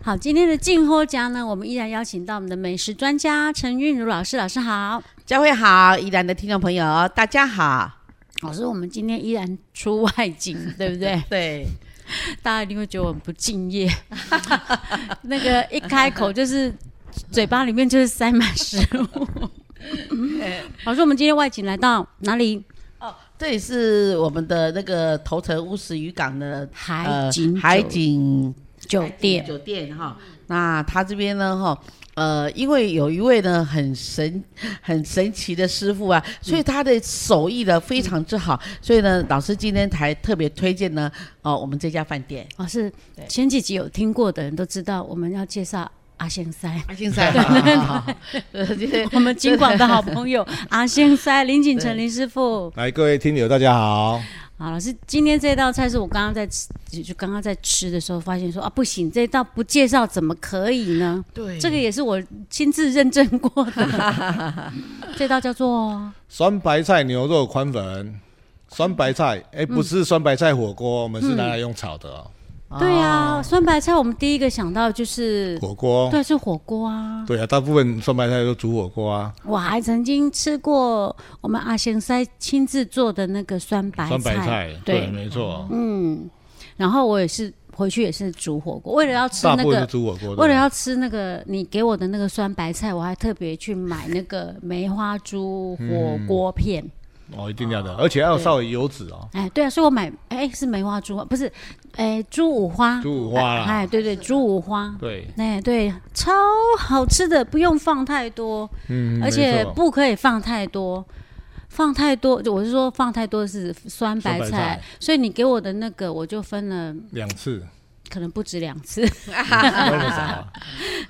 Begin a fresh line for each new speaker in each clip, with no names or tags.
好，今天的静候家呢，我们依然邀请到我们的美食专家陈韵如老师，老师好。
佳慧好，宜兰的听众朋友大家好。
老师，我们今天依然出外景，对不对？
对，
大家一定会觉得我们不敬业， 那个一开口就是嘴巴里面就是塞满食 物。老师，我们今天外景来到哪里？
这里是我们的那个头城乌石渔港的呃
海景酒
海景
酒店。
酒店哈。那他这边呢哈，呃，因为有一位呢很神很神奇的师傅啊，所以他的手艺呢非常之好，所以呢老师今天才特别推荐呢哦我们这家饭店。
老师
对，
前几集有听过的人都知道，我们要介绍阿仙塞。
阿信 赛，好好好呃今天
我们金广的好朋友阿先塞林景成
对
林师傅，
来，各位听友，大家好。
好，老师，今天这道菜是我刚刚在吃，就刚刚在吃的时候发现说啊，不行，这道不介绍怎么可以呢？
对
这个也是我亲自认证过的，这道叫做
酸白菜牛肉宽粉，酸白菜，哎、
嗯
不是酸白菜火锅，我们是拿来用炒的、哦
对啊，酸白菜，我们第一个想到就是
火锅。
对是火锅啊，
对啊，大部分酸白菜都煮火锅啊，
我还曾经吃过我们阿先塞亲自做的那个酸白
酸白菜，对，
对，
没错，
嗯，然后我也是回去也是煮火锅，为了要吃
大
那
部分
个
是煮火锅的。
为了要吃那个你给我的那个酸白菜，我还特别去买那个梅花猪火锅片。
哦，一定要的，而且要稍微油脂哦，
哎，对啊，所以我买哎是梅花猪啊，不是，哎猪五花。
猪五花啦
哎，对对，猪五花。
对，
哎，对，超好吃的，不用放太多，
嗯，
而且
没错
不可以放太多。放太多，我是说放太多是酸白菜，
酸白菜
所以你给我的那个我就分了，
两 次，
可能不止两次，
为了啥啊？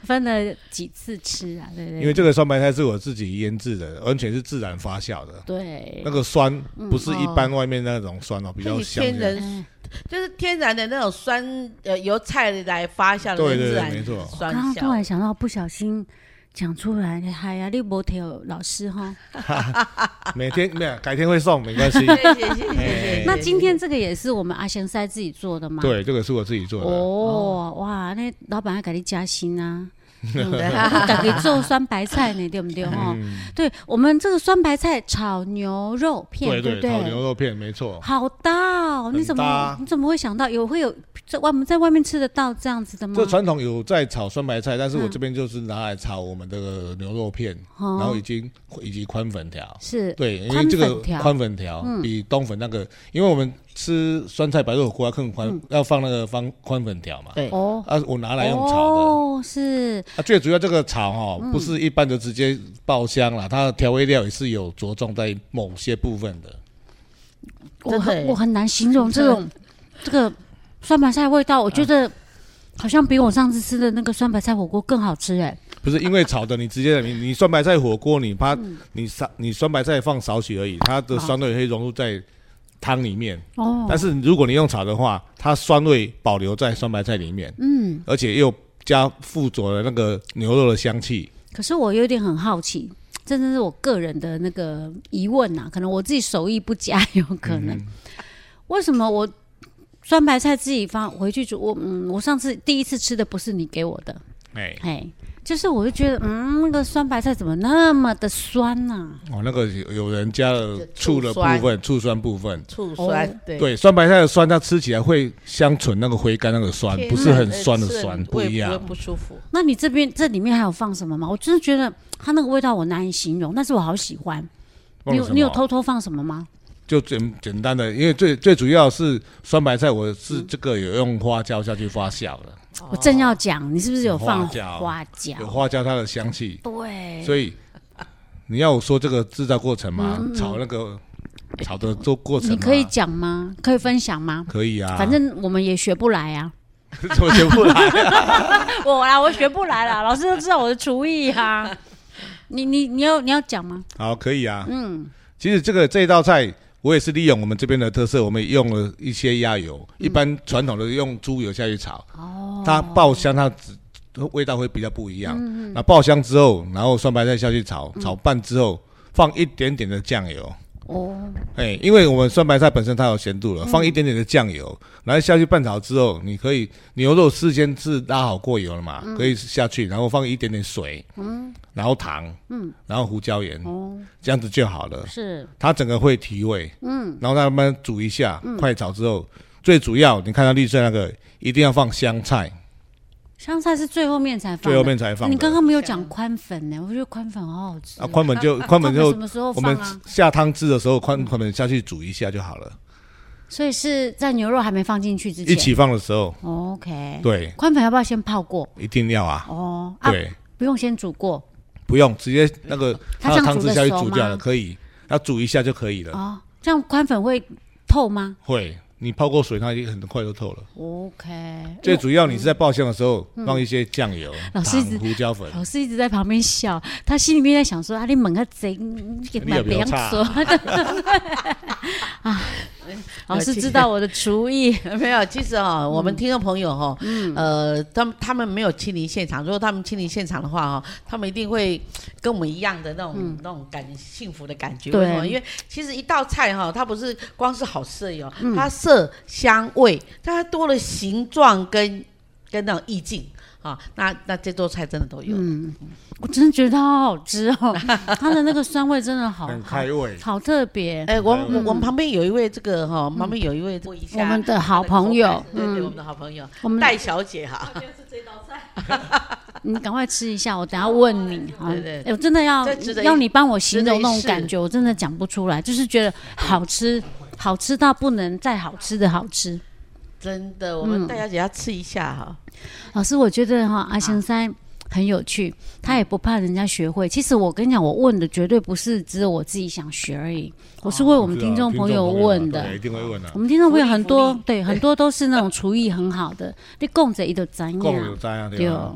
分了几次吃啊，对不对？
因为这个酸白菜是我自己腌制的，完全是自然发酵的，
对嗯
那，个酸不是一般外面那种酸哦，比较
是
香
天
的。
然，就是天然的那种酸，呃，由菜来发酵的
对对
自
对
然
没错
酸
刚刚突然
香。
想到，不小心讲出来，哎呀，你无听老师哈。
每天没有，改天会送，没 关系。
谢谢谢谢谢谢。
那今天这个也是我们阿贤塞自己做的吗？。
哎对，这个是我自己做的。
哦，哇，那老板还给你加薪 啊，
嗯
给你做酸白菜呢，对不对哈？
嗯
对我们这个酸白菜炒牛肉片，
对
不
炒牛肉片没错。
好搭哦！
很啊
你怎么
搭
你怎么会想到有会有在外我们在外面吃得到这样子的吗？
这传统有在炒酸白菜，但是我
嗯
这边就是拿来炒我们这个牛肉片，
哦
然后已经以及宽粉条。
是
对，因为
宽
这个
粉条嗯
宽粉条比东粉那个，因为我们吃酸菜白肉火锅要更宽，
嗯
要放那个方宽粉条嘛。
对
哦，
啊，我拿来用炒的。
哦，嗯是
啊，最主要这个炒哈，不是一般的直接爆香啦，它的调味料也是有着重在某些部分的。
我
真的
很
耶
我很难 形容这种这个酸白菜味道，我觉得好像比我上次吃的那个酸白菜火锅更好吃哎。
不是因为炒的，你直接你你酸白菜火锅，你把你少你酸白菜放少许而已，它的酸味会融入在汤里面。
哦，
但是如果你用炒的话，它酸味保留在酸白菜里面，
嗯，
而且又加附着了那个牛肉的香气。
可是我有点很好奇，这真的是我个人的那个疑问啊呐、可能我自己手艺不佳，有可能、为什么我酸白菜自己放回去煮？我嗯，我上次第一次吃的不是你给我的，
哎，
嘿。就是，我就觉得，嗯，那个酸白菜怎么那么的酸啊呐、
哦，那个有有人加了醋的
醋
部
酸
分，醋酸部 分。
醋酸
哦
对
对，酸白菜的酸，它吃起来会香醇那个回甘那个酸，
天
不是
然
很
的
酸的
呃吃了
酸，不
胃
一
会
样。
不舒服。
那你这边这里面还有放什么吗？我真的觉得它那个味道我难以形容，但是我好喜欢。
忘
你
了
有
什
你有
么
偷偷放什么吗？
就简简单的，因为最最主要是酸白菜，我是这个有用花椒下去发酵的，
我正要讲，你是不是有放
花椒
花椒
哦有花椒它的香气，
嗯对，
所以你要我说这个制造过程吗？炒那个炒的做过程
嗯
吗
你可以讲吗？可以分享吗？
可以啊，
反正我们也学不来啊，
怎么学不来？
我啦，我学不来啦， 老师都知道我的厨艺啊。 你你你要你要讲吗？
好，可以啊，嗯，其实这个这一道菜。我也是利用我们这边的特色，我们用了一些鸭油，一般传统的用猪油下去炒，
哦，
它爆香它只味道会比较不一样。那爆香之后，然后酸白菜下去炒，炒拌之后放一点点的酱油，
哦，
哎，因为我们酸白菜本身它有咸度
嗯
了，放一点点的酱油，然后下去拌炒之后，你可以牛肉事先是拉好过油了嘛，
嗯
可以下去，然后放一点点水，嗯，然后糖，嗯，然后胡椒盐，哦，这样子就好了。
是
它整个会提味，嗯，然后它慢慢煮一下，
嗯
快炒之后，最主要你看到绿色那个一定要放香菜，
香菜是最后面才放的，
最后面才放的。
你刚刚没有讲宽粉呢，我觉得宽粉好好吃
啊，宽粉就宽粉
什
就
么时候
我
放
们
啊？
下汤汁的时候，宽宽粉下去煮一下就好了。
所以是在牛肉还没放进去之前。哦
一起放的时候，
OK。
对，
宽粉要不要先泡过？
一定要啊，
哦，啊，
对，
不用先煮过
不用直接那个
它
它的
这样
汤
煮
汁
得
下去
熟
煮掉
吗
了，可以，要煮一下就可以了。
哦，这样宽粉会透吗
会，你泡过水，它也很快就透了。
？OK。
最主要你是在爆香的时候放一些酱油、
嗯老
糖
师一直、
胡椒粉，
老师一直在旁边笑，他心里面在想说：“啊，你猛个贼，给
你有没有差
说。”对啊，老师知道我的厨艺，
没有，其实哦，
嗯
我们听众朋友哦，呃，他们他们没有亲临现场，如果他们亲临现场的话哦，他们一定会跟我们一样的那种、那种感幸福的感觉。
嗯对
为什么？因为其实一道菜哈、它不是光是好吃而已哦，
嗯
它色香味，它还多了形状跟跟那种意境啊。那那这道菜真的都有。
嗯我真的觉得它好好吃哦， 它的那个酸味真的好
很
好
开胃。
好特别。
哎、我们我我们旁边有一位这个哈、旁边有一位我
嗯我们的好朋友，
对对，
嗯
我们，的好朋友
我们
戴小姐哈，
你赶快吃一下，我等下问你哈。
对对
哎我真的要
这值得一
要你帮我形容
值
那
得一
种
试
感觉，我真的讲不出来，就是觉得好吃，好吃到不能再好吃的好吃。
真的，我
嗯
们戴小姐要吃一下哈。
老师，我觉得哈阿星三很有趣，他也不怕人家学会。其实我跟你讲，我问的绝对不是只有我自己想学而已，我是为我们听众朋友问的。嗯
对一定会问的
我。们听众朋友很多
福利福，
对很多都是那种厨艺很好的，你供着伊就知
共有
影。
在啊，
对，
对吧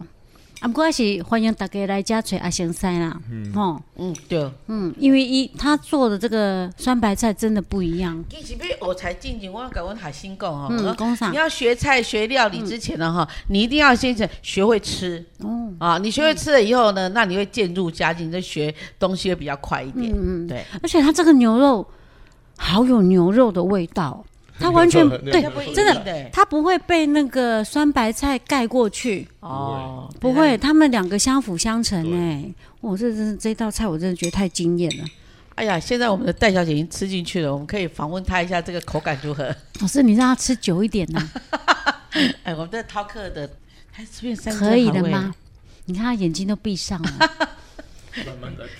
啊，？不过还是欢迎大家来家找阿星三啦，吼，
嗯，对。
嗯，因为伊他做的这个酸白菜真的不一样，
其实要学菜进前，我跟阮海星讲哦，
嗯，
我
工
说
厂
你要学菜学料理之前呢哈，你一定要先学会吃。
哦
啊，你学会吃了以后呢，那你会渐入佳境，你就学东西会比较快一点。
嗯，
对，
而且它这个牛肉好有牛肉的味道，它完全
牛肉
对
牛肉，
真的
的
它不会被那个酸白菜盖过去，
哦，
不会，。它们两个相辅相成
对
哎、我这真是这道菜，我真的觉得太惊艳了。
哎呀，现在我们的戴小姐已经吃进去了，我们可以访问她一下这个口感如何。
老师，你让它吃久一点呢、
哎，我们的饕客的，还随便三
可以的
好味
吗？？你看他眼睛都闭上 了，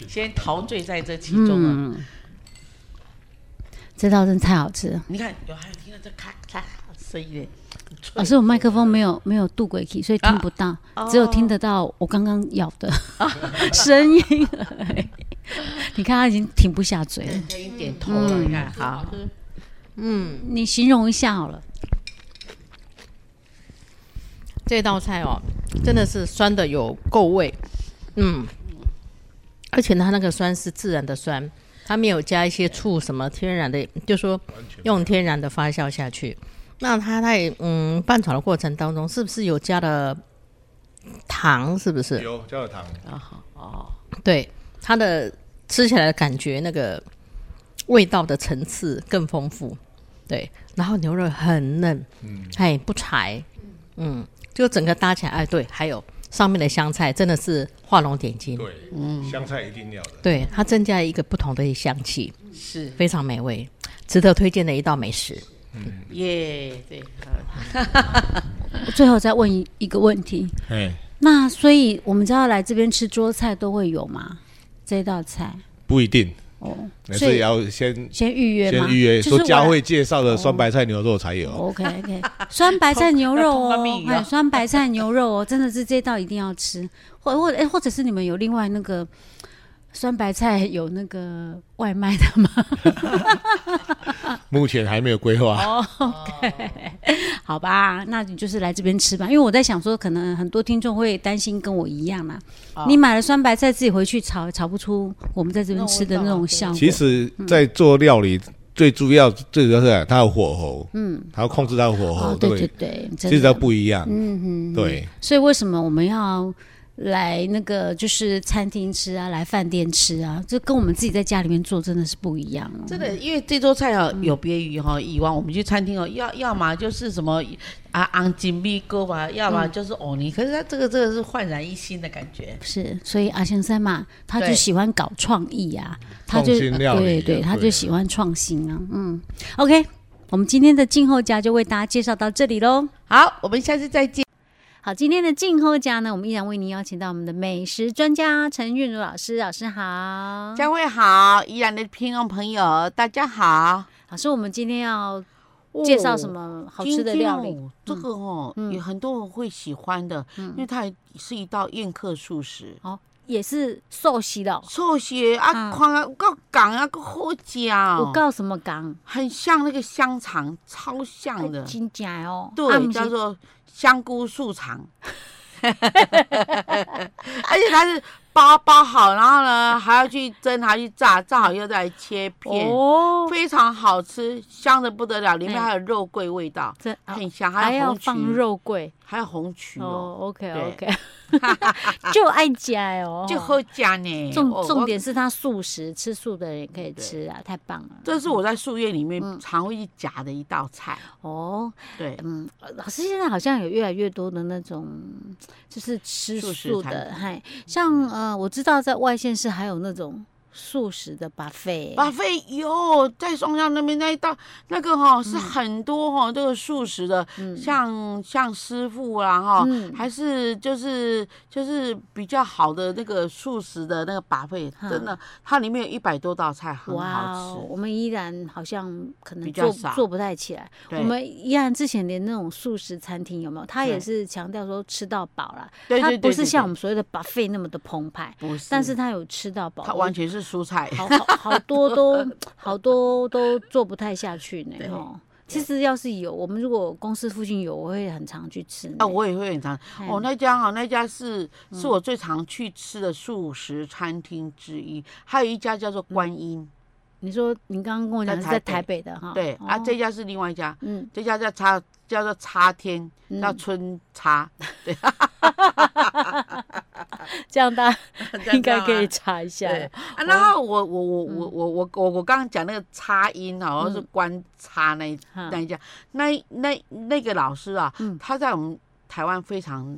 先陶醉在这其中啊！
嗯，这道真的太好吃了。
你看，有还有听到这咔咔声音嘞，
老师，我麦克风没有没有渡轨器，所以听不到，只有听得到我刚刚咬的 声音而已。你看他已经停不下嘴了，
可以点头了。你看，好，
嗯，
你形容一下好了。
这道菜哦，真的是酸的有够味，嗯，而且它那个酸是自然的酸，它没有加一些醋什么天然的，就说用天然的发酵下去。那它在嗯拌炒的过程当中，是不是有加了糖？是不是？
有加了糖，
对它的吃起来的感觉，那个味道的层次更丰富。对，然后牛肉很嫩，哎，不柴，嗯，就整个搭起来，哎，对，还有上面的香菜真的是画龙点睛，
对，
嗯
香菜一定要的。
对，它增加了一个不同的香气，
是
非常美味，值得推荐的一道美食。
耶，对，
我最后再问一一个问题，
哎，
那所以我们只要来这边吃桌菜都会有吗？这道菜
不一定，
哦，
所
所
以
以
要先
先预约吗？
先预约，
就是哦
说
我
佳慧介绍的酸白菜牛肉才有。
OK OK，酸白菜牛肉
通通
哦
关密，语啊
哎，酸白菜牛肉哦，真的是这道一定要吃，或或哎，或者是你们有另外那个酸白菜有那个外卖的吗？
目前还没有规划，
好吧，那你就是来这边吃吧，因为我在想说，可能很多听众会担心跟我一样啦，你买了酸白菜自己回去炒，炒不出我们在这边吃的那种效果。
其实，
嗯
在做料理最主要最主要是啊它的火候，嗯，还要控制它的火
哦
候，，
对对
对，
对，
其
真
实它
的。
不一样，嗯嗯，对，
所以为什么我们要来那个就是餐厅吃啊，来饭店吃啊，这跟我们自己在家里面做真的是不一样哦。
真的，因为这桌菜
嗯
哦，有别于哈、以往我们去餐厅哦，要要么就是什么啊昂金米锅啊，要
嗯
么就是藕泥，可是它这个这个是焕然一新的感觉。
是，所以阿先生嘛，他就
对
喜欢搞创意啊，他就
创新料理
对
啊
对，
对
他就喜欢创新啊。嗯，OK，我们今天的静候家就为大家介绍到这里喽。
好，我们下次再见。
好，今天的静候家呢，我们依然为您邀请到我们的美食专家陈韵如老师，老师好。
佳慧好，宜兰的听众朋友大家好。
老师，我们今天要介绍什
哦
么好吃的料理
今？天哦这个哦，
嗯
有很多人会喜欢的，因为它也是一道宴客素食。
哦，也是寿喜的哦，
寿喜啊，
嗯
看啊，有够港啊，够好食
有
哦，
告什么哎港？
很像那个香肠，超像的。
金甲哦，啊
嗯对，
不
叫
是
做香菇素肠， 而且它是包包好，然后呢还要去蒸，还要去炸，炸好又再来切片，
哦，
非常好吃，香的不得了，里面
嗯
还有肉桂味道，
这哦
很香，
还
有
要
红
放
曲，
肉桂
还有红曲哦，
哦。OK
对
OK，就爱加哦，
就好加呢。
重
哦
重。
我
点是它素食，吃素的人也可以吃啊，太棒了。
这是我在素宴里面
嗯
常会去夹的一道菜，
哦，
对，
嗯，老师现在好像有越来越多的那种，就是吃
素食嗯
素
餐
的，嗨，像呃，我知道在外县市还有那种素食的 buffet，
巴菲有在松江那边那一道那个哈、
嗯
是很多哈、这个素食的，像像师傅啦哈、
嗯
还是就是就是比较好的那个素食的那个巴菲，
嗯
真的它里面有一百多道菜，很
哇
好
哦，
吃。
我们依然好像可能
比较
做
少
做不太起来。我
对
们依然之前连那种素食餐厅有没有？它也
对
是强调说吃到饱啦，
嗯对对对
它不是
对
像
对
我们所谓的 buffet 那么的澎湃，
不是，
但是它有吃到饱。
它完全是蔬菜，
好好好多都好多都做不太下去呢
对
哦。其实要是有，我们如果公司附近有，我会很常去吃呢。
啊，我也会很常
嘿
哦，那家哈，那家是
嗯
是我最常去吃的素食餐厅之一，还有一家叫做观音，
你说你刚刚跟我讲
在
是在
台
台北的哈？
对啊，
哦
这家是另外一家，
嗯
这家叫叉叫做叉天，
嗯
叫春 叉，
这样大家
这样
应该
知道
可以
吗
查一下。
对啊，然后我我我
嗯
我我我我我刚刚讲那个叉音好像是观察那一
哈
那一家，那那那个老师啊
啊嗯，
他在我们台湾非常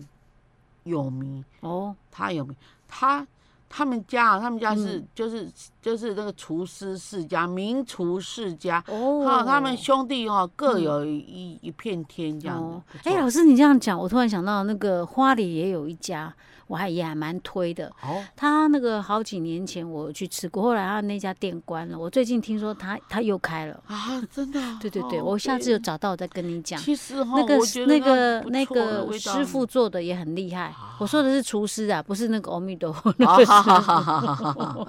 有名，
哦，
他有名，他他们家啊，他们家是、
嗯
就是就是那个厨师世家，名厨世家。
哦，嗯
哈、他们兄弟哈、各有一、一片天这样
哦
的。不，错
哎、老师，你这样讲，我突然想到那个花莲也有一家，我还也还蛮推的。
哦，
他那个好几年前我有去吃过，后来他那家店关了。我最近听说他他又开了，
啊，真的啊、
对对对，
哦
我下次有找到我再跟你讲。
其实哈、
那个
我觉得
那个
不
那
错的
个
味道
师傅做的也很厉害，我说的是厨师啊，不是那个欧米多，
啊，好好好好好 好，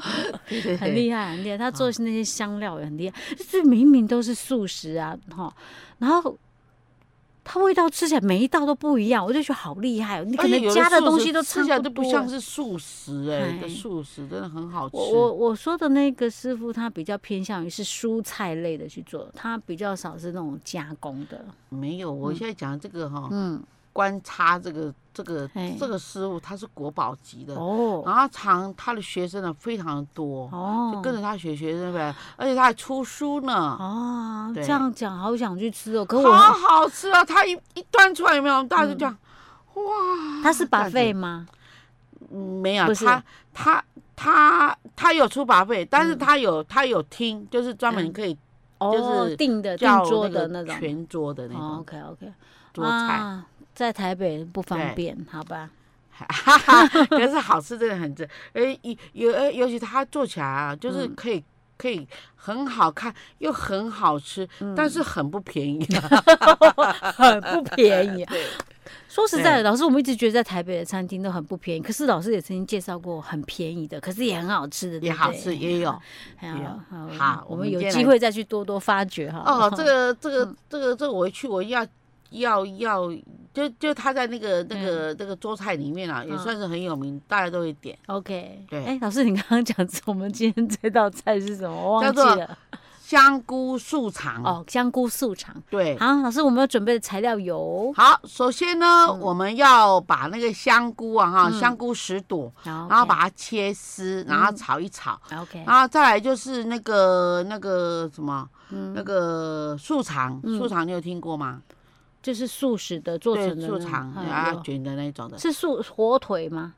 对对嗯
很
对
厉害很厉害，他做的是那些香料也很厉害，就是明明都是素食啊，哈，然后它味道吃起来每一道都不一样，我就觉得好厉害哦，你
而
可
且
能
有
加的
素
东
食
西都差
吃起来都不
多
像是素食
哎
哎、的素食真的很好吃。
我我我说的那个师傅，他比较偏向于是蔬菜类的去做，他比较少是那种加工的。
没有，我现在讲这个哈、
嗯，
观察这个这个
哎
这个师傅，他是国宝级的，
哦
然后他常他的学生呢非常多，就跟
哦
着他学学生呗，而且他还出书呢，
哦，
对
这样讲好想去吃哦。可
好
我
好吃啊！他一一端出来有没有？我们大家就这样，
他是把
这样
费吗？
嗯没有
不是
他他他他有出把费，但是他有他有听，就是专门
嗯
可以
哦，
是
订的订
叫
桌
那
的
个
那种。
全桌的那
哦
种
OK OK，
桌菜，
啊，在台北不方
对
便，好吧？
哈哈， 可是好吃真的很正，呃而尤尤尤其它做起来啊，就是
嗯
可以。可以很好看，又很好吃，
嗯
但是很不便宜。啊
很不便 宜。说实在的，
对
老师，我们一直觉得在台北的餐厅都很不便宜，可是老师也曾经介绍过很便宜的，可是也很好吃的，
也
对不
好
对
吃，也有
哎呀好，
有
好
好，
我
我
们
们
有
接下
机
来
会再去多多发掘哈。
哦。这个这
嗯
个这个这个，我一去我要要要，就就他在那个那个那个桌菜里面啊，也
嗯
算是很有名，大家都会点
OK，
对
哎，老师，你刚刚讲我们今天这道菜是什么？我
叫
忘记
做
了，
香菇素肠。
哦，香菇素肠。
对，
好，老师，我们要准备的材料有，
好，首先呢，
嗯
我们要把那个香菇啊，哈，香菇十朵，
然
然后把它切丝，然后炒一炒，
它 OK，
然后再来就是那个那个什么，
嗯
那个素肠，素肠你有听过吗？
就是素食的做
对
成，的
素
那种
肠
哎
啊
有
卷的那种的，
是素火腿吗？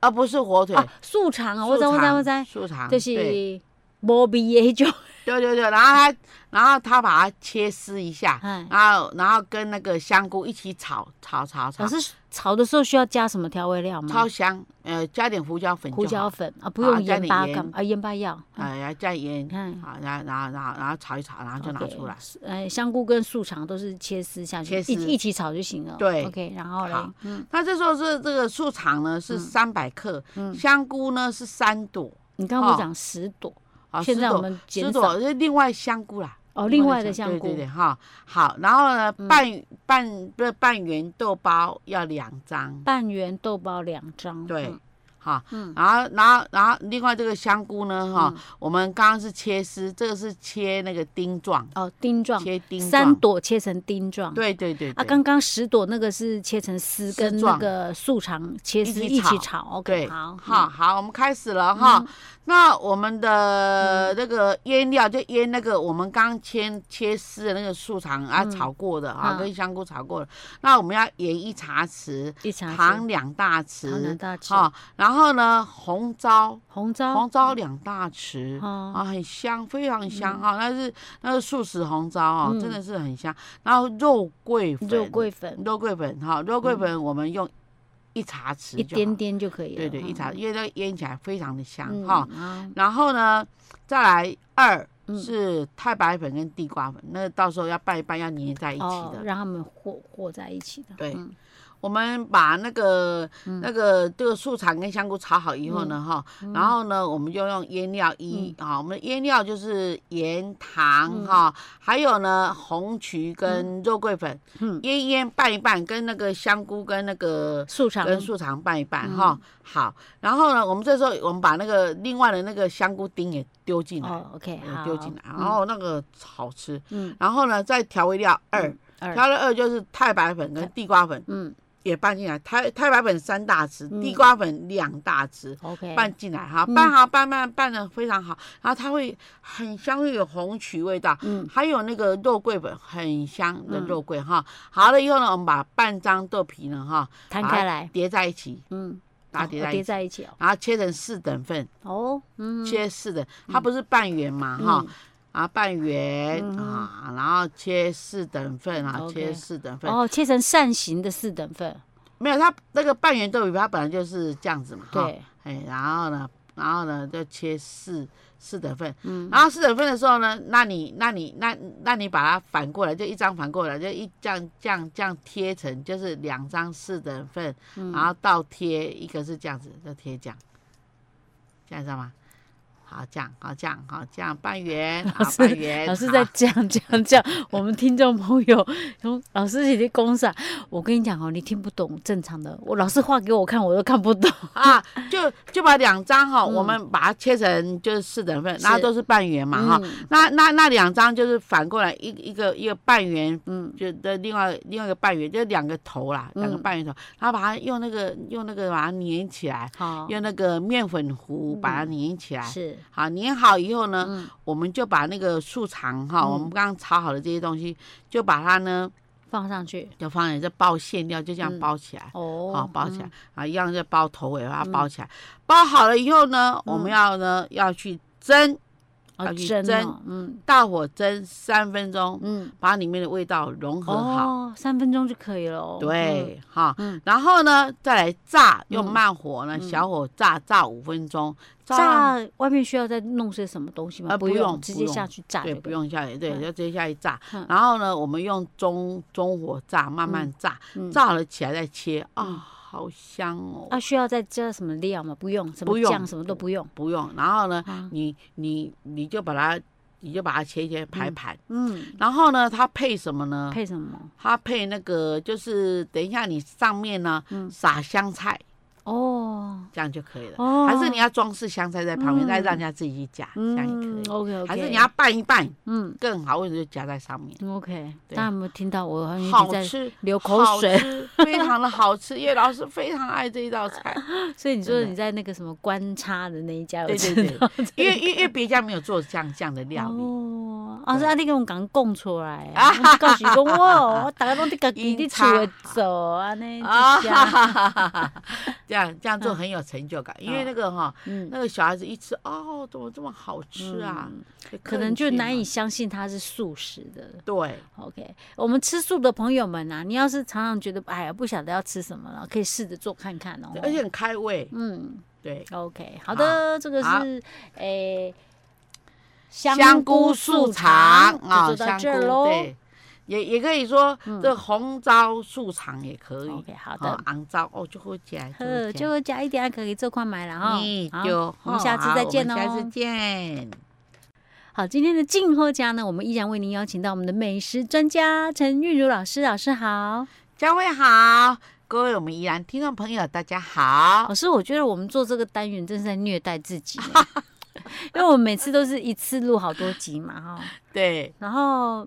啊，不是火腿，
啊，素肠啊，我
素
知我知
肠
我知，
素肠，
就
对
是无味的迄种。
对对对，然后它然后它把它切丝一下
哎，
然后然后跟那个香菇一起炒炒炒
老
炒，
师炒的时候需要加什么调味料吗
超？香，呃，加点胡椒粉
嗯
就好，
胡椒粉啊，不
好
用
加
盐
点
巴
盐
干嘛啊？盐巴要。嗯
哎，加盐
你，看，
好，然后然后然后然后炒一炒，然后就拿
嗯 OK，
出来。
是呃，香菇跟素肠都是切丝下去，
切丝
一一起炒就行了。
对
，OK，然后嘞嗯
好，嗯那这时候是这个素肠呢是三百克，
嗯
香菇呢是三朵，
你刚刚不
哦
是讲十朵，
好，
现在
10朵
我们减
十
少
朵是另外香菇啦。
哦，另外的香
对对
菇嗯
对，哈。好，然后呢，半半不是半圆豆包要两张，
半圆豆包两张。
对
嗯，嗯
哈。然后然后然后另外这个香菇呢，哈，我们刚刚是切丝，这个是切那个丁状，
哦，丁状，
切丁
三
状。
朵切成丁状。
对对对。
啊，
对
刚刚十朵那个是切成丝，
丝
跟那
状
个素肠切丝
一起
一起
炒
炒。OK，
对，
好，嗯
好，好，我们开始了哈。那我们的
嗯
那个腌料就腌那个我们刚切切丝的那个素肠啊，炒过的啊，
嗯
跟香菇炒过的。那我们要盐一茶匙，
一茶匙
糖两大
糖两
匙，
大匙
哈，然后呢，红糟。
红糟，
红糟两大匙、
哦
啊，很香，非常香哈、那是那是素食红糟哦，
嗯
真的是很香。然后肉桂粉，
肉桂粉
肉桂粉哈，肉桂粉我们用一茶匙
嗯一
就好
点点就可以了。
对对，一茶，
哈
因为那个腌起来非常的香
嗯
哈、
好
然后呢，再来二
嗯
是太白粉跟地瓜粉，那到时候要拌一拌，要粘在一起
哦，
的。
让它们和和在一起的。
对
嗯
我们把那个、那个这个素肠跟香菇炒好以后
嗯
呢，哈、然后呢，我们就用腌料一啊、我们的腌料就是盐、糖哈、还有呢红曲跟肉桂粉，
嗯嗯
腌一腌拌一拌，跟那个香菇跟那个
素肠
跟素肠拌一拌
嗯
哈、好，然后呢，我们这时候我们把那个另外的那个香菇丁也丢进来，
哦，OK，
也
好，
丢进来，哦然后那个好吃。
嗯
然后呢，再调味料二，
二
调味料二就是太白粉跟地瓜粉
嗯
也拌进来，太太白粉三大匙，
嗯
地瓜粉两大匙。
，OK，
拌进来哈，
嗯
拌好拌拌拌的非常好，然后它会很香，又有红曲味道，
嗯
还有那个肉桂粉很香的肉桂哈。好了以后呢，我们把半张豆皮呢哈
摊
把它
开来，
叠在一起，
嗯，
把它
哦
叠
哦
在一
叠
起，
在一起哦，
然后切成四等份，
哦，嗯，
切四等，它不是半圆嘛哈
嗯，
啊半圆啊，然后切四等份啊，
OK
切四等份，
哦，切成扇形的四等份，
没有它那个半圆豆皮它本来就是这样子嘛，哈，
对，
哎，然后呢，然后呢就切四四等份，
嗯
然后四等份的时候呢，那你那你那那你把它反过来，就一张反过来，就一这样这样这样贴成，就是两张四等份，
嗯
然后倒贴，一个是这样子，就贴这样，这样知道吗？好，这样，好，这样，好，这样半圆，好
老师
半圆，
老师
好
在这样这样这样，我们听众朋友，从老师写的公上，我跟你讲哦，你听不懂正常的，我老师画给我看，我都看不懂。
啊，就就把两张哈，我们把它切成就是四等份，然后
嗯是嗯
都是半圆嘛哈。那那那两张就是反过来一一个一个半圆，嗯，就的另外另外一个半圆，就两个头啦，两
嗯
个半圆头，然后把它用那个用那个把它粘起来，
好，
用那个面粉糊把它粘起来。
哦嗯是嗯
好，粘好以后呢，我们就把那个素肠哈，我们刚刚炒好的这些东西，就把它呢
放上去
就放在这包馅料，就这样包起来。
哦，嗯
好、包起来啊，一样就包头尾，把它包起来。包好了以后呢，我们要呢要去蒸，
哦，
要去
蒸
蒸
哦，嗯
大火蒸三分钟，
嗯，
把里面的味道融合好。
哦，三分钟就可以了哦。
对，哈、
嗯
然后呢，再来炸，用
嗯
慢火呢，小火炸，炸五分钟，
嗯，
到
炸外面需要再弄些什么东西吗？
呃不用
直
不
接
用
下去炸就
对，
可以
不。用下去，对，
嗯
就直接下去炸。
嗯
然后呢，我们用中中火炸，慢慢炸，
嗯
炸了起来再切，啊、好香哦。
啊，需要再加什么料吗？不用，什
不
么
用
酱什么都不用。
不用，然后呢，
啊
你你你就把它，你就把它切一切排盘，
嗯，
然后呢，它配什么呢？
配什么？
它配那个就是等一下你上面呢、撒香菜，
哦
这样就可以了。
嗯哦，
还是你要装饰香菜在旁
嗯
边，
哦
再让人家自己去夹，这样也可以。
OK OK，
还是你要拌一拌
嗯
更好，或者就夹在上面，
OK，
对
大家有没有听到我好像一
好
直嗯在
吃，
流口水
好？吃，非常的好吃。叶老师非常爱这一道菜，
所以你说
真的
你在那个什么观察的那一家有
对对
吃
对
到
因为因为因为别家没有做这样这样的料理。
哦，啊，是啊，你给我们讲讲出来啊
啊，
我告诉你讲 哇，我大家拢在家己
因
伫
差
厝做啊，那
啊
一
哈
家，
哈哈哈哈！这样这样做很有成就感，因为那个哈，
嗯，
那个小孩子一吃，哦，怎么这么好吃啊？就
可能就
更
难以
去
相信它是素食的。
嘛对
OK，我们吃素的朋友们啊，你要是常常觉得哎呀不晓得要吃什么了，可以试着做看看哦
对，。而且很开胃。
嗯
对，
，OK，好的，这个
好
是诶
香菇素肠啊，
就做到
香
这儿
菇
喽。
对，也也可以说这红糟素肠也可以。
OK，好的。
昂糟哦，就会起来，就
呵，
会起来
就加一点可以这块买了哈。
嗯
好
就
我们下次再见哦
好
喽。
我们下次见。
好，今天的静候家呢，我们依然为您邀请到我们的美食专家陈韵如老师，老师好。
佳慧好，各位我们宜兰听众朋友大家好
老。师，我觉得我们做这个单元真是在虐待自 己耶，因为我们每次都是一次录好多集嘛哈，
对，
然后。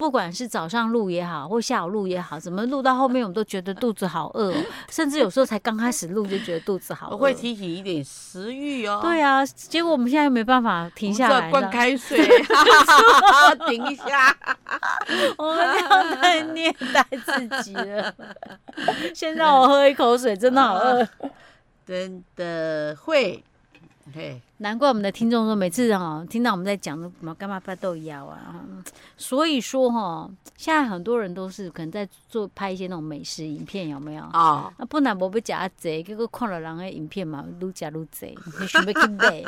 不管是早上录也好，或下午录也好，怎么录到后面我们都觉得肚子好饿、哦，甚至有时候才刚开始录就觉得肚子好饿。
我会提起一点食欲哦。
对啊，结果我们现在又没办法停下
我
来
们
了。
这灌开 水， 哈哈哈停一下。
我们这样太虐待自己了。先让我喝一口水，真的好饿。
真的会，嘿，
难怪我们的听众说，每次哦听到我们在讲什么干嘛发豆芽啊，嗯所以说哈、哦，现在很多人都是可能在做拍一些那种美食影片，有没有？
哦，
啊，本来无要食啊济，结果看了人的影片嘛，愈食愈济，就想要去买。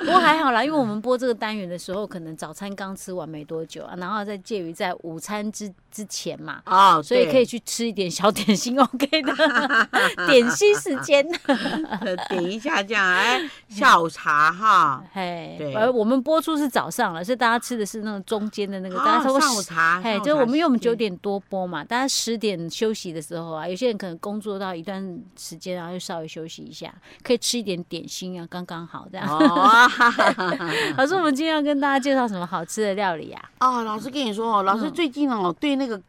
不过还好啦，因为我们播这个单元的时候，可能早餐刚吃完没多久啊，然后在介于在午餐之之前嘛，
哦，
所以可以
对
去吃一点小点心，OK 的，点心时间。
呃点一下这样，哎，下午茶哈，
嘿，
对
而我们播出是早上了，所以大家吃的是那种中间的那个，大
啊
家差不多
上午
十。
茶，
嘿，
上
就
午
是我
茶
们因为我们九
时间，
点多播嘛，大家十点休息的时候啊，有些人可能工作到一段时间，然后就稍微休息一下，可以吃一点点心啊，刚刚好这样。
哦，哈哈哈
老师，我们今天要跟大家介绍什么好吃的料理啊？
哦，老师跟你说哦，老师
嗯
最近哦，对那个。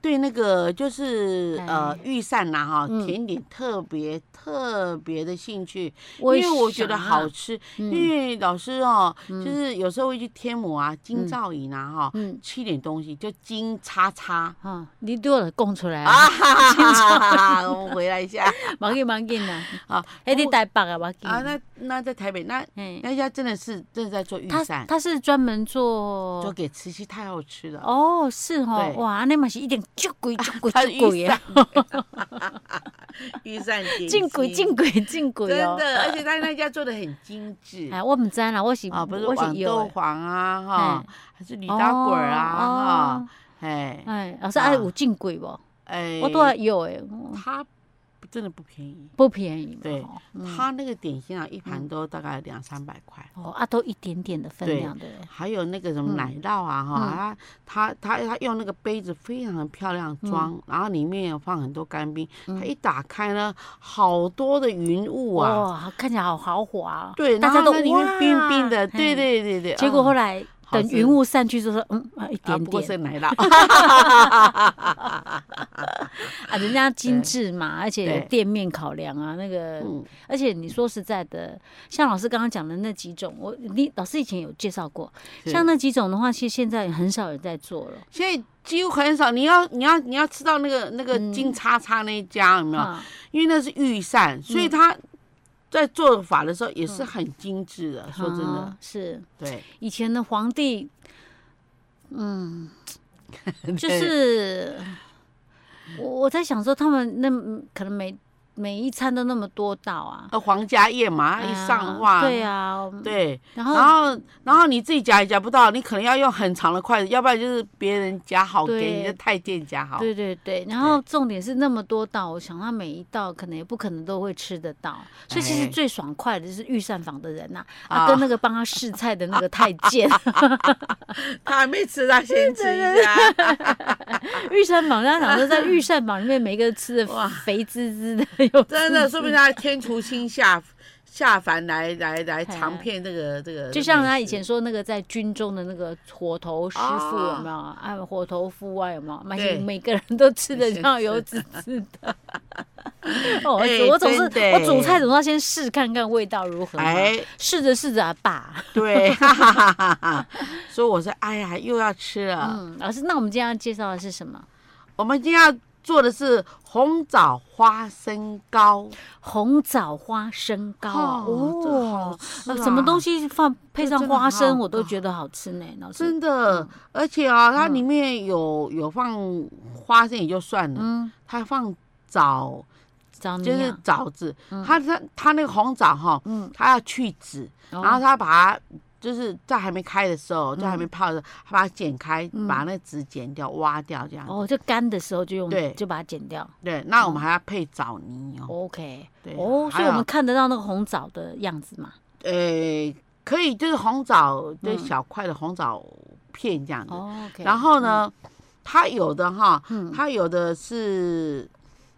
对那个就是
哎
呃御膳呐哈
嗯
甜点特别特别的兴趣，因
为
为我觉得
啥
好，吃，
嗯
因为老师哦，就是有时候会去天母啊、
嗯
金兆尹啊哈，
嗯，
吃点东西就金叉 叉
啊，你对我供出来啊，
啊，哈哈哈！ 我们回来一下
忙紧忙紧 啊，
啊
还得台北啊，忙紧
啊，那那在台北那
嘿
那家真的是正在做御
他
膳，
他是专门做
就给慈禧太后吃的，
哦，是哦，
对
哇，那嘛是一点就鬼就鬼
他是
就鬼
御
耶
膳，， 御膳点心
进鬼进鬼进鬼
真
哦。
的， 而且他那家做的很精致
哎，我唔知啦，我是
啊，不是
我
豌
是
豆
有的。
黄啊哈，还是驴
哦
打滚儿啊哈，，哎
哦哎，老师哎
啊
有进鬼不？
哎，
我都还有哎，嗯
它真的不便宜。
不便宜嘛。
对
哦嗯
它那个点心啊，一盘都大概两三百块。
哦啊，都一点点的分
对
量的耶。
还有那个什么
嗯
奶酪啊，哈、它它它它用那个杯子非常的漂亮装，
嗯
然后里面有放很多干冰，它一打开呢，好多的云雾啊，
哇，看起来好豪华哦。
对，
大家
然后
都
它里面冰冰的，
哇
对
嘿
对对对。
结果后
来
来
好
等
吃
云雾散去，就说嗯啊一
啊，
点
不过是
点
奶酪，
啊，人家精致嘛，而且有
对
店面考量啊，那个
嗯，
而且你说实在的，像老师刚刚讲的那几种，我你老师以前有介绍过，
是
像那几种的话，其实现在很少人在做了。
现在几乎很少。你要你要你要吃到那个那个
嗯
金叉叉那一家有没有？
啊
因为那是御膳，
嗯
所以它在做法的时候也是很精致的。说真的
啊，是
对，
以前的皇帝， 嗯，就是我我在想说，他们那可能每每一餐都那么多道啊，
呃皇家宴嘛，
哎
一
呀
上画，
对啊，
对，
然
然
后
后然后你自己夹也夹不到，你可能要用很长的筷子，要不然就是别人夹好
对
给你的太监夹好。
对对对，然后重点是那么多道，我想他每一道可能也不可能都会吃得到，所以其实
哎
最爽快的就是御膳房的人呐、啊，
啊
跟那个帮他试菜的那个太 监，
他还没吃，他先吃啊 一下。
御膳房，大家想说在御膳房里面，每个人吃的
哇
肥滋滋的，有
真的，说不定他天厨星下下凡来来来尝遍这 个这个美食，
就像他以前说那个在军中的那个火头师傅
哦
有没有？啊，火头夫啊有没有？每
对
每个人都吃的
先
像
吃
油脂吃的。 哦，我
哎
煮我总是
真的欸
我煮菜总是要先试看看味道如何嘛。
哎，
试着试着啊，爸。
对， 哈哈哈哈哈。所以我说，哎呀，又要吃了。
嗯，老师，那我们今天要介绍的是什么？
我们今天要做的是红枣花生糕，
红枣花生糕啊
哦这好
哦，
吃
呃
啊
什么东？西放配上
真的
花生，
好
我都觉得啊好吃呢，老师。
真的，而且啊，它里面有有放花生也就算了，
嗯，
它放枣，
枣泥
就是
啊，
枣子，它它它那个红枣哈，
嗯，
它要去籽，然后
哦
它把它。就是在还没开的时候，在还没泡的时候，它把它剪开，
嗯
把那籽剪掉、挖掉这样。
哦，嗯就干的时候就用，
对
就把它剪掉。
对，那我们还要配枣泥哦。
OK，
对
哦，所
还
以我
有
们看得到那个红枣的样子嘛？
呃，可以就是红枣，就
嗯
小块的红枣片这样子。
哦，OK，
然后呢，它有的哈，
嗯
它有的是，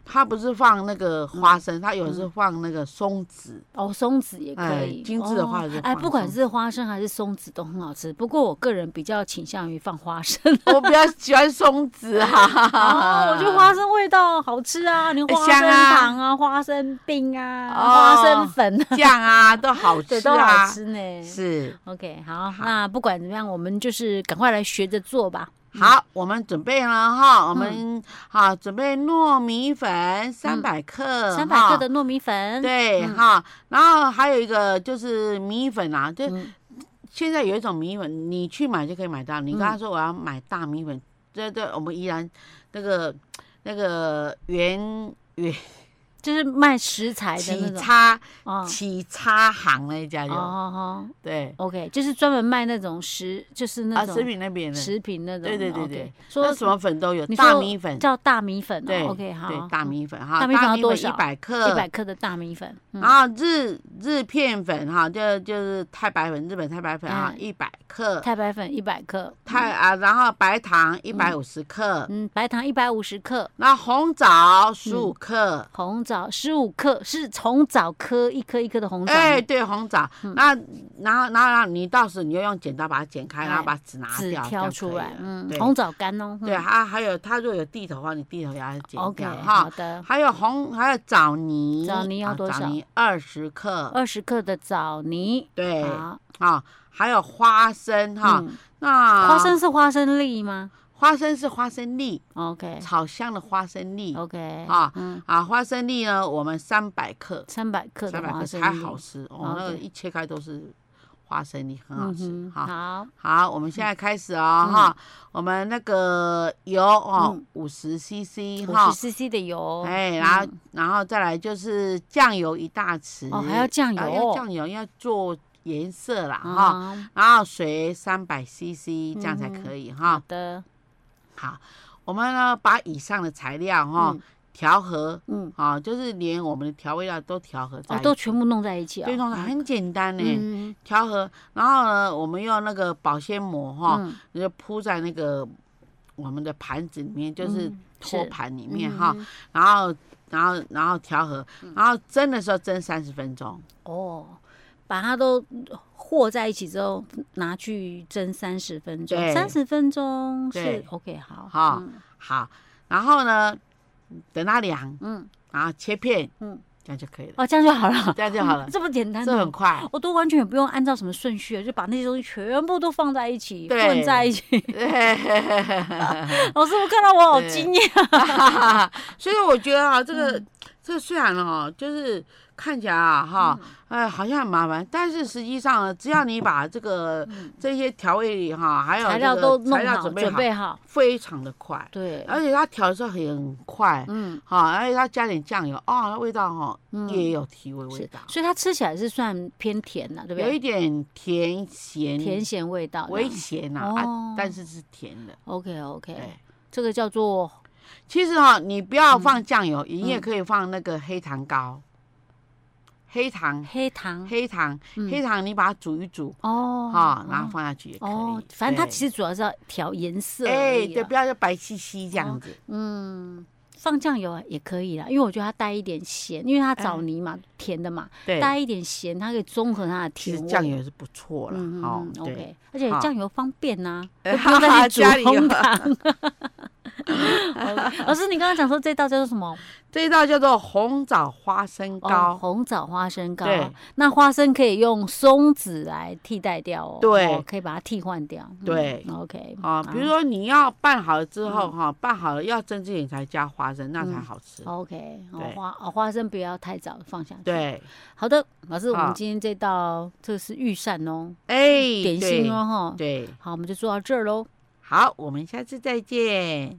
它不是放那个花生，它有的是放那个松子。
哦，松子也可
哎
以，
精致的话
哦
就
哎，
放
不管
松
是花生还是松子都很好吃。不过我个人比较倾向于放花生，
我比较喜欢松子啊哈，
嗯哦，我觉得花生味道好吃啊，你花生
啊香啊
糖啊、花生冰啊、
哦
花生 粉啊，
酱啊都好
对，
吃
都
啊
好，吃呢。
是
OK，好，那不管怎么样，我们就是赶快来学着做吧。
好，我们准备了哈，我
嗯
们好准备糯米粉三百克，
嗯三百
嗯哈
克的糯米粉，
对哈，然后还有一个就是米粉啊，就
嗯
现在有一种米粉，你去买就可以买到。你跟
嗯
他说我要买大米粉，这这我们宜兰那个那个原原
就是卖食材的那
起哎
种
叉
哦
起叉行那一家
哦
有，
哦
对
哦，OK，就是专门卖那种食，就是那
啊，食
种
品那边的，
食品那种的，
对对对
OK
对，那
说
什么粉都有，
你
大
说
米粉，
叫大米粉哦，
对
OK，好，
对大米粉哈，
大米粉要多
一
少
百克，
一百克的大米粉，嗯
然后日日片粉哈，就就是太白粉，日本太白粉哈，
嗯
一百克。
太白粉一百克，
太啊，然后白糖一百五十克，
嗯，白糖一百五十克，
那红枣
嗯
十五克。
红枣十五克，是红枣颗一颗一颗的红枣嗯吗，
哎，对，红枣，那然后然后你到时你就用剪刀把它剪开，
哎
然后把籽拿
籽
掉，这
挑
样
出
可以
来
了，
嗯，
对
红枣干哦，
对，还还有它如果有地头的话，你地头也要剪
o k
掉
好
哈。
的，
还有红，还有枣泥，
枣泥要
啊
多少
枣泥二十克，
二十克的枣泥，
对
好，
啊，还有花生哈，
嗯
那
花生是花生粒吗
花生是花生粒，
？OK
炒香的花生粒
OK，
啊
嗯，
啊，花生粒呢，我们三百克，
三百克的
三百
花
克
生
才
粒
好吃
好
哦，那个
对
一切开都是花生粒，很好吃
嗯哼
哈。
好，
好，我们现在开始哦哈，我们那个油哦
嗯，
五十 CC
五
哈，
十哦 CC 的油，
哎，然后然后再来就是酱油一大匙，
哦还要酱
然后
油
要酱油要做颜色啦哈，
啊，
然后水三百 CC 这样才
嗯哼
可以
好
哈。
的，
好，我们呢把以上的材料哈
嗯
调和
嗯，
啊，就是连我们的调味料都调和在
哦，
一
都
起，
全部弄在一起哦，
对，弄得很简单呢。
嗯，
调和，然后呢，我们用那个保鲜膜哈，
嗯
就铺在那个我们的盘子里面，就是
嗯
托
是嗯
盘里面哈，然后然后然后调和，然后蒸的时候蒸三十分钟，
哦，把它都和在一起之后，拿去蒸三十分钟。
对
三十分钟是
对
OK，好，
哈
嗯
好，然后呢，等它凉，
嗯，
然后切片，
嗯
嗯，这样就可以了，
哦，这样就好了，，
这样就好 了
这么简单
这很
的。
快。
我都完全也不用按照什么顺序，就把那些东西全部都放在一起，
对
混在一 起。
对
老师，我看到我好
对
惊艳。
所以我觉得啊，这个、这个虽然哦，就是看起来啊哈，哎，好像很麻烦，但是实际上呢，只要你把这个、这些调味哈，还有
材
这
料
个
都弄
材料
好，
准备
准
好，
备好。
非常的快，
对，
而且它调的时候很快，
嗯，
哈、而且它加点酱油，哦，那味道哈、
嗯
也有提味味
是
道，，
所以它吃起来是算偏甜的，对不
有一
对？
点甜咸，
甜咸味道这
微
样。
咸呐、啊
哦
但是是甜的，
OK
对
OK，。这个叫做
其实哈、你不要
嗯
放酱油，你也可以放那个黑糖膏，黑糖、
黑糖
嗯黑糖、
嗯
黑糖，你把它煮一煮
哦
哈、
哦
然后放下去也可以。
哦，反正它其实
实
主要是要调颜色而啊哦
哎，
已啦。
对，不要就白兮兮这样子。
嗯，放酱油也可以啦，因为我觉得它带一点咸，因为它
哎
枣泥嘛，甜的嘛，
对，
带一点咸，它可以综合它的
哎其
甜
实
味。
酱油是不错了，
嗯，
好
嗯嗯
对。
，OK，而且
好
酱油方便 呐，
呃
又不用再去
家里
煮
有
红糖。哦老师，你刚刚讲说这道叫做什么？
这一道叫做红枣花生
哦，
糕，
红枣花生糕
对。
那花生可以用松子来替代掉哦，
对
哦可以把它替换掉。嗯
对
，OK，
啊，比如说你要拌好了之
嗯
后哈，拌好了要蒸之前你才加花生，那才好吃。
OK，哦
对
花哦花生不要太早放下去。，
对，
好的，老师，我
好
们今天这道这是御膳哦，
哎，
点心哦哈。
对，对，
好，我们就做到这儿喽。
好，我们下次再见。